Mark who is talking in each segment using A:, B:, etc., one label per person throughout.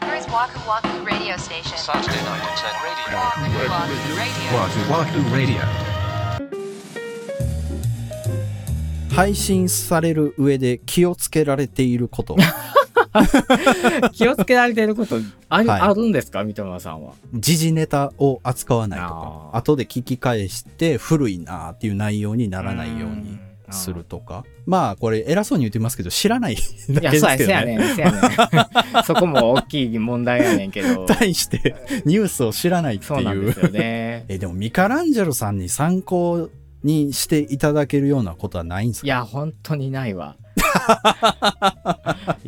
A: Waku Waku Radio Station.
B: Saturday night at 10 radio.
A: Waku
C: Wahoo
A: Waku Radio.
C: Wahoo Radio.
D: 配信される上で気をつけられている こと。
E: 気をつけられてることある,、
D: はい
E: あるんですか三笘さんは。
D: 時事ネタを扱わないとか、
E: あー
D: 後で聞き返して古いなーっていう内容にならないようにするとか。まあ、これ偉そうに言ってますけど、知らない だ
E: い
D: け
E: や、
D: です
E: そうや
D: け
E: せ
D: ど
E: や
D: ね。
E: ねん、せやねん。 そこも大きい問題やねんけ ど。
D: 対 してニュースを知らないって
E: そう
D: い
E: なん
D: う。
E: ですよね。
D: え、でもミカランジェロさんに参考にしていただけるようなことはないんです
E: い
D: か
E: や、本当にな いわ。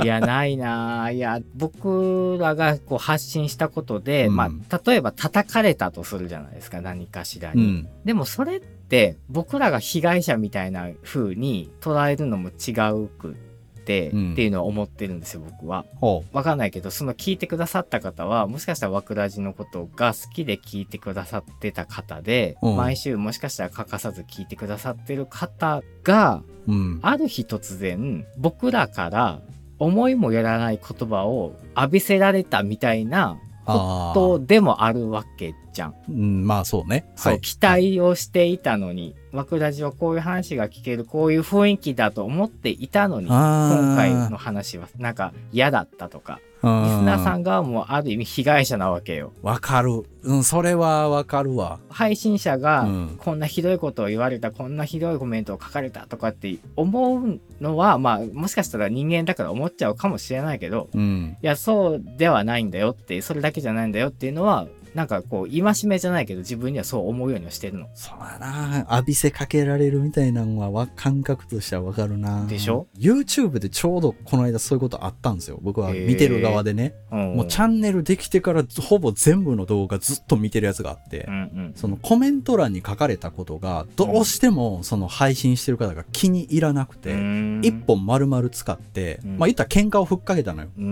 E: いや、ないなあいや、僕らがこう発信したことで、
D: うん
E: まあ、例えば叩かれたとするじゃないですか、何かしら
D: う
E: に。
D: ん。
E: でもそれって、僕らが被害者みたいな風に捉えるのも違うくって、
D: うん
E: っていうのは思ってるんですよ、僕は。
D: ほ
E: わかんないけど、その聞いてくださった方は、もしかしたら枠ラジのことが好きで聞いてくださってた方で、
D: うん
E: 毎週もしかしたら欠かさず聞いてくださってる方が、
D: う。うん。
E: ある日突然、僕らから思いもよらない言葉を浴びせられたみたいな
D: あ
E: と
D: ー
E: でもあるわけじゃん。
D: うん、まあそうね。
E: そう、
D: はい
E: 期待をしていたのに、枠ラジはこういう話が聞ける、こういう雰囲気だと思っていたのに、
D: あー
E: 今回の話はなんか嫌だったとか、リスナーさん側もある意味被害者なわけよ。
D: わかる。うん、それはわかるわ。
E: 配信者が
D: うん
E: こんなひどいことを言われた、こんなひどいコメントを書かれたとかって思うのは、まあ、もしかしたら人間だから思っちゃうかもしれないけど、
D: うん。
E: いや、そうではないんだよって、それだけじゃないんだよっていうのは、なんかこう、戒めじゃないけど、自分にはそう思うようにはしてるの。
D: そうだな浴びせかけられるみたいなのはわ感覚としてはわかるな
E: でしょ
D: ?YouTube でちょうどこの間そういうことあったんですよ。僕は見てる側でね。
E: うん、
D: もうチャンネルできてからほぼ全部の動画ずっと見てるやつがあって、
E: うんうん。
D: そのコメント欄に書かれたことがどうしてもその配信してる方が気に入らなく
E: う
D: て、
E: ーん
D: 一、本丸々使って、
E: うん
D: まあ言ったら喧嘩をふっかけたのよ。
E: うー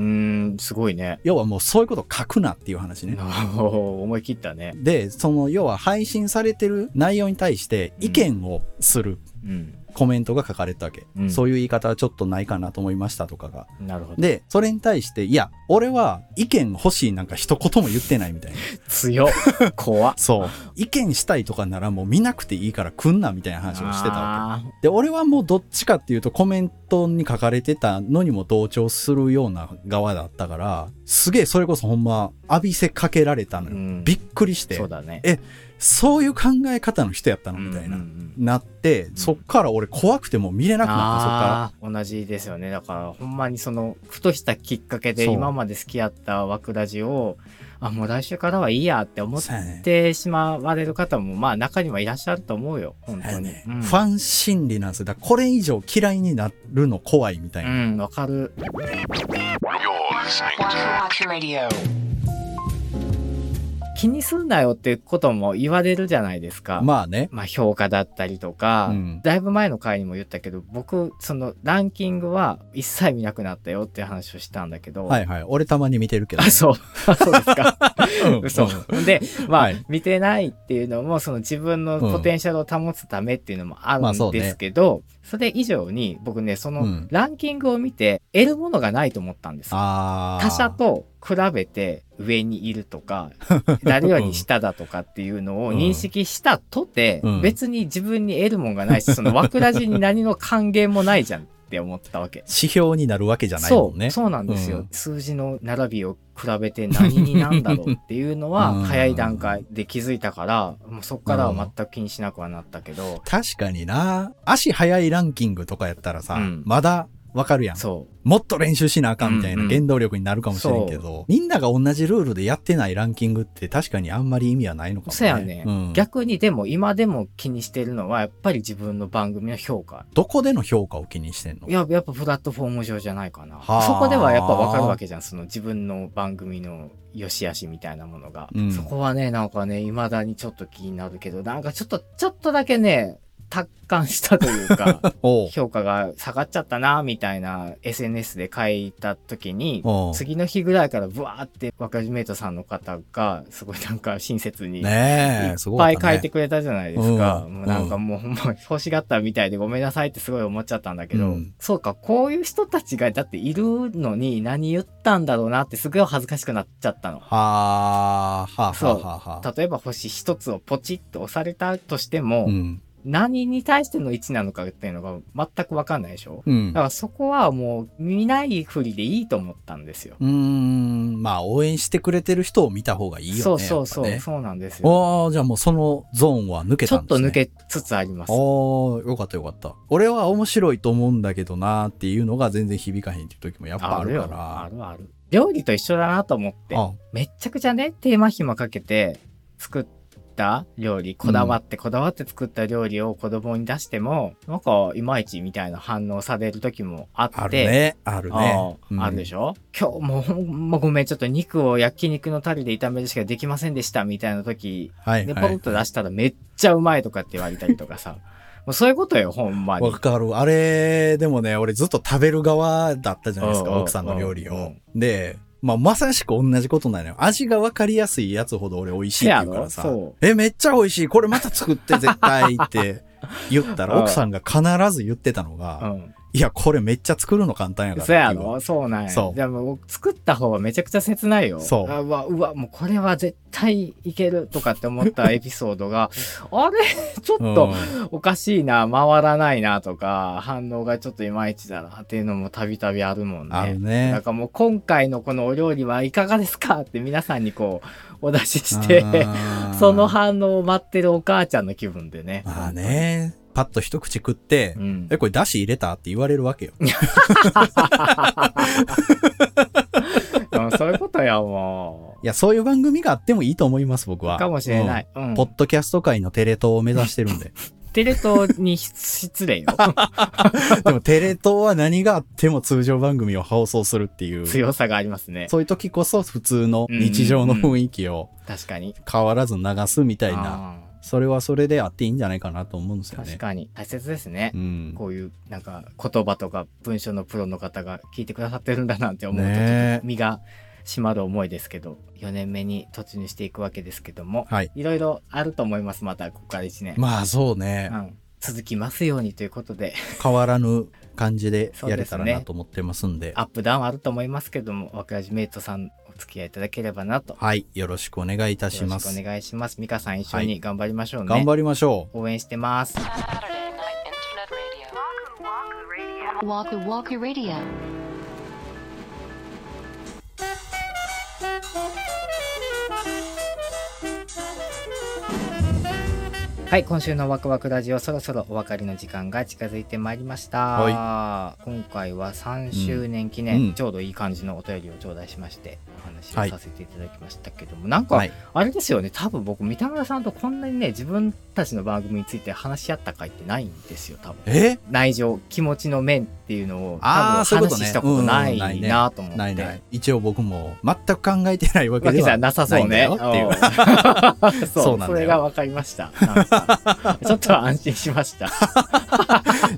E: ん、すごいね。
D: 要はもうそういうこと書くなっていう話ね。
E: おー思い切ったね。
D: で、その要は配信されてる内容に対して意見をする
E: うん。
D: コメントが書かれたわけ。
E: うん
D: そういう言い方はちょっとないかなと思いましたとかが。
E: なるほど。
D: で、それに対して、いや、俺は意見欲しいなんか一言も言ってないみたいな。
E: 強 っ。怖っ。
D: そう。意見したいとかならもう見なくていいから来んなみたいな話をしてたわ
E: あー
D: け。で、俺はもうどっちかっていうとコメントに書かれてたのにも同調するような側だったから、すげえそれこそほんま浴びせかけられたのよ。
E: うん
D: びっくりして。
E: そうだね。
D: そういう考え方の人やったのみたいな、
E: うんうんうん
D: なって、そっから俺怖くてもう見れなくなった、そっから。
E: あー同じですよねだからほんまにそのふとしたきっかけで
D: そう
E: 今まで好きやった枠ラジをあもう来週からはいいやって思っ
D: そうやね
E: てしまわれる方もまあ中にはいらっしゃると思うよ本
D: そう
E: 当
D: や
E: に、
D: ね
E: うん
D: ファン心理なんですよ。だからこれ以上嫌いになるの怖いみたいうな。
E: んわかる
A: Waku Waku Radio.
E: 気にすんなよってことも言われるじゃないですか、
D: まあね。
E: まあ評価だったりとか、
D: うん
E: だいぶ前の回にも言ったけど僕そのランキングは一切見なくなったよっていう話をしたんだけど、
D: はいはい。俺たまに見てるけど
E: あ。そうあそうですか
D: うん
E: 嘘
D: うん。
E: で、まあ、
D: はい
E: 見てないっていうのも、その自分のポテンシャルを保つためっていうのもあ
D: まあ
E: る
D: そ
E: ん
D: うね
E: ですけど、それ以上に僕ね、そうの
D: ん
E: ランキングを見て得るものがないと思ったんです。
D: あー
E: 他者と比べて上にいる とか、誰より下だとかっていうのを
D: うん
E: 認識したとて、
D: うん
E: 別に自分に得るもんがないし、その枠ラジに何の還元もないじゃんって思ったわけ。
D: 指標になるわけじゃないもんね。
E: そうそうなんですよ、
D: うん
E: 数字の並びを比べて何になんだろうっていうの は
D: うん
E: 早い段階で気づいたからもうそこからは全く気にしなくはなったけど、
D: 確かにな。足早いランキングとかやったらさ、
E: うん
D: まだわかるやん。
E: そ
D: もっと練習しなあかんみたい
E: うんう
D: なん原動力になるかもしれんけど、みんなが同じルールでやってないランキングって確かにあんまり意味はないのかも
E: う
D: ね。
E: そうやね、
D: うん、
E: 逆にでも今でも気にしてるのはやっぱり自分の番組の評価
D: どこでの評価を気にしてんの
E: いややっぱプラットフォーム上じゃないかな
D: はあ
E: そこではやっぱ分かるわけじゃんその自分の番組の良し悪しみたいなものが、
D: うん
E: そこはねなんかね未だにちょっと気になるけどなんかちょっとちょっとだけね達観したとい うか
D: おう
E: 評価が下がっちゃったなみたいな SNS で書いた時に
D: おう
E: 次の日ぐらいからブワーって若ジメイトさんの方がすごいなんか親切に
D: ね
E: い
D: え、すご
E: っ
D: か
E: ぱ
D: っ
E: い
D: た
E: 書
D: ね
E: いてくれたじゃないですか。
D: うん
E: もうなんかもうほんま欲しがったみたいでごめんなさいってすごい思っちゃったんだけど、
D: うん
E: そうか、こういう人たちがだっているのに何言ったんだろうなってすごい恥ずかしくなっちゃったの。
D: はあ、はあ、はあ、はあ。
E: 例えば星一つをポチッと押されたとしても、
D: うん。
E: 何に対しての位置なのかっていうのが全くわかんないでしょ
D: うん
E: だか。らそこはもう見ないふりでいいと思ったんですよ。
D: うーん、まあ、応援してくれてる人を見た方がいいよね。
E: そうそうそう、
D: やっぱね
E: そうなんですよ。
D: おーじゃあもうそのゾーンは抜け
E: ちょ
D: た
E: っ
D: んで
E: と
D: すね。
E: 抜けつつあります。
D: おーよかったよかった。俺は面白いと思うんだけどなーっていうのが全然響かへんっていう時もやっぱあるから。
E: あるある。料理と一緒だなと思って、
D: あ
E: めっちゃくちゃね、手間暇かけて作った料理、こだわってこだわって作った料理を子供に出しても、なんかいまいちみたいな反応される時もあって、
D: あるね。あるね。
E: あーあるで
D: ょ。
E: しょ今日もうほんまごめん、ちょっと肉を焼肉のタレで炒めるしかできませんでしたみたいな時、
D: はい、
E: で、ポ
D: は
E: ロッ
D: い。
E: と出したらめっちゃうまいとかって言われたりと かさ、もうそういうことよ、ほんまに
D: わ。かる。あれ、でもね、俺ずっと食べる側だったじゃないです
E: うんう
D: か、
E: ん
D: 奥さんの料理
E: うんう
D: を
E: ん。
D: で、まあ、まさしく同じことなのよ。味がわかりやすいやつほど俺美味しいって言うからさ
E: せやろそう。
D: え、めっちゃ美味しい。これまた作って絶対って言った
E: う
D: ら、
E: ん
D: 奥さんが必ず言ってたの
E: う
D: が、
E: ん。
D: いや、これめっちゃ作るの簡単やから。
E: そうやろそうなんや。
D: そう
E: じゃあもう作った方はめちゃくちゃ切ないよ。
D: そう
E: あうわ、うわ、もうこれは絶対いけるとかって思ったエピソー ドが、あれちょっ
D: うん
E: とおかしいな、回らないなとか、反応がちょっといまいちだなっていうのもたびたびあるもんね。
D: ある
E: なん
D: ね。
E: かもう今回のこのお料理はいかがですかって皆さんにこうお出しして
D: あー
E: その反応を待ってるお母ちゃんの気分でね。
D: まあね、パッと一口食って
E: う、ん
D: え、これ出汁入れたって言われるわけよ。
E: うんそういうことやも
D: いや、そういう番組があってもいいと思います、僕
E: う。
D: は。
E: かもしれない。う
D: うんん。ポッドキャスト界のテレ東を目指してる んで。
E: テレ東に失礼よ。
D: でもテレ東は何があっても通常番組を放送するっていう。
E: 強さがありますね。
D: そういう時こそ普通の日常の雰囲気を
E: 確かに。
D: 変わらず流すみたいな。
E: あ
D: それはそれであっていいんじゃないかなと思うんですよ
E: ー確
D: ね。
E: かに。大切ですね
D: う。ん。
E: こういうなんか言葉とか文章のプロの方が聞いてくださってるんだなって思うとち
D: ね
E: ょっと身が締まる思いですけど、4年目に突入していくわけですけども、
D: はい。
E: いろいろあると思います。またここから1年。
D: まあそうね
E: う。ん、続きますようにということで、
D: 変わらぬ感じで
E: そう
D: や
E: で
D: れ
E: す
D: た
E: ね
D: らなと思ってますんで。
E: アップダウンあると思いますけども、若ジメイトさんお付き合いいただければなと。
D: はい。よろしくお願いいたし
E: よろ
D: ま
E: し
D: す。
E: くお願いします。ミカさん一緒
D: は
E: に頑張りましょうね。
D: 頑張りましょ
E: 応援してます。
A: Saturday Night Internet Radio. Waku Waku Radio.
E: はい、今週のワクワクラジオ、そろそろお別れの時間が近づいてまいりました。今回は3周年記念、
D: うん
E: ちょうどいい感じのお便りを頂戴しまして、お話
D: は
E: を
D: い
E: させていただきましたけども、なん
D: う。
E: か、
D: はい。
E: あれですよね、多分僕、三田村さんとこんなにね、自分たちの番組について話し合った回ってないんですよ、多分。
D: え
E: 内情、気持ちの面っていうのを、
D: あー
E: 多
D: そういう
E: 分
D: こと
E: 話
D: ね
E: したことな
D: うんない
E: い
D: ね
E: なと思って。
D: ないない。一応僕も全く考えてないわけ
E: わけ
D: で
E: じゃ
D: は
E: なさそうね。
D: ないんだよっていう。
E: うんそう
D: そうなんだよ
E: それが分かりました。なんか ちょっと安心し ました。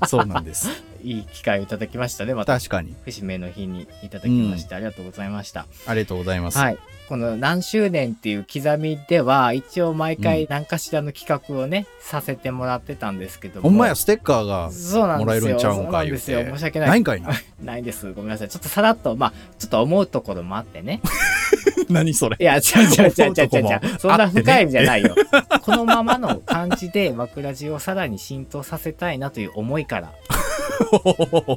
D: そうなんです。
E: いい機会をいただきましたね。また
D: 確かに。
E: 節目の日にいただきまして、ありがとうございました。
D: ありがとうございます。
E: はい。この何周年っていう刻みでは、一応毎回何かしらの企画をね、させてもらってたんですけども。
D: ほんまや、ステッカーが
E: そうなん
D: も
E: で
D: らえ
E: す
D: るん
E: よ。
D: ちゃう
E: そ
D: ん
E: う
D: か
E: なん
D: 言
E: で
D: う
E: す
D: て
E: よ。申し訳
D: な
E: ないい
D: ん。かいな。
E: ないです。ごめんなさい。ちょっとさらっと、まあ、ちょっと思うところもあってね。
D: 何それ
E: いや、違う違う違う違う違う
D: 思うとこ
E: 違
D: も
E: う。そん
D: あ
E: な
D: ってね
E: 深い意味じゃないよ。このままの感じで、ワクラジをさらに浸透させたいなという思いから、
D: ほほほほ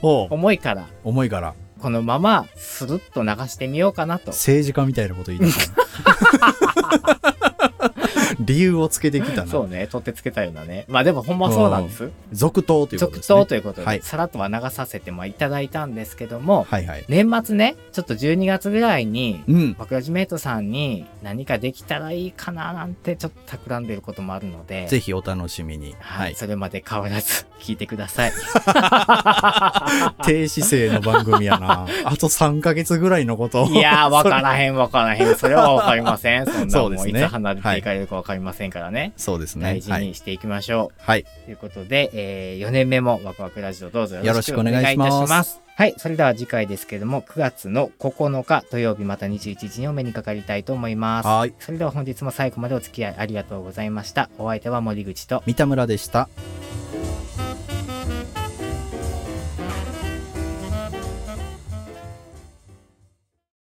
D: ほほ
E: 思いから、
D: 重いから、
E: このまま、スルッと流してみようかなと。
D: 政治家みたいなこと言い出したな。理由をつけてきた
E: そう
D: な。
E: ね、取ってつけたようなね。まあでもほんまそうなんです。
D: 続投ということ
E: 続
D: ですね。
E: 投ということ
D: は
E: で、
D: い
E: さらっとは流させてまあいただいたんですけども、
D: はいはい。
E: 年末ね、ちょっと12月ぐらいに、
D: うん。
E: ワクラジメイトさんに何かできたらいいかななんてちょっと企んでることもあるので、
D: ぜひお楽しみに。は
E: はいい、。それまで変わらず聞いてく ださい。
D: 低姿勢の番組やな。あと3ヶ月ぐらいのことを
E: いやー、わからへん、わからへん。それはわかりません。そ んな
D: そ
E: も
D: うです
E: う、い
D: ね
E: つ離れていかれるかわ分かりませんからね
D: そうですね
E: 大事にしていきましょう、
D: はい
E: ということで、え4年目もワクワクラジオどうぞよろしく
D: よろし
E: お
D: くお
E: 願
D: 願い
E: いい
D: したます
E: します。はい。それでは次回ですけども、9月の9日土曜日また21日にお目にかかりたいと思います。
D: はい
E: それでは本日も最後までお付き合いありがとうございました。お相手は森口と
D: 三田村でした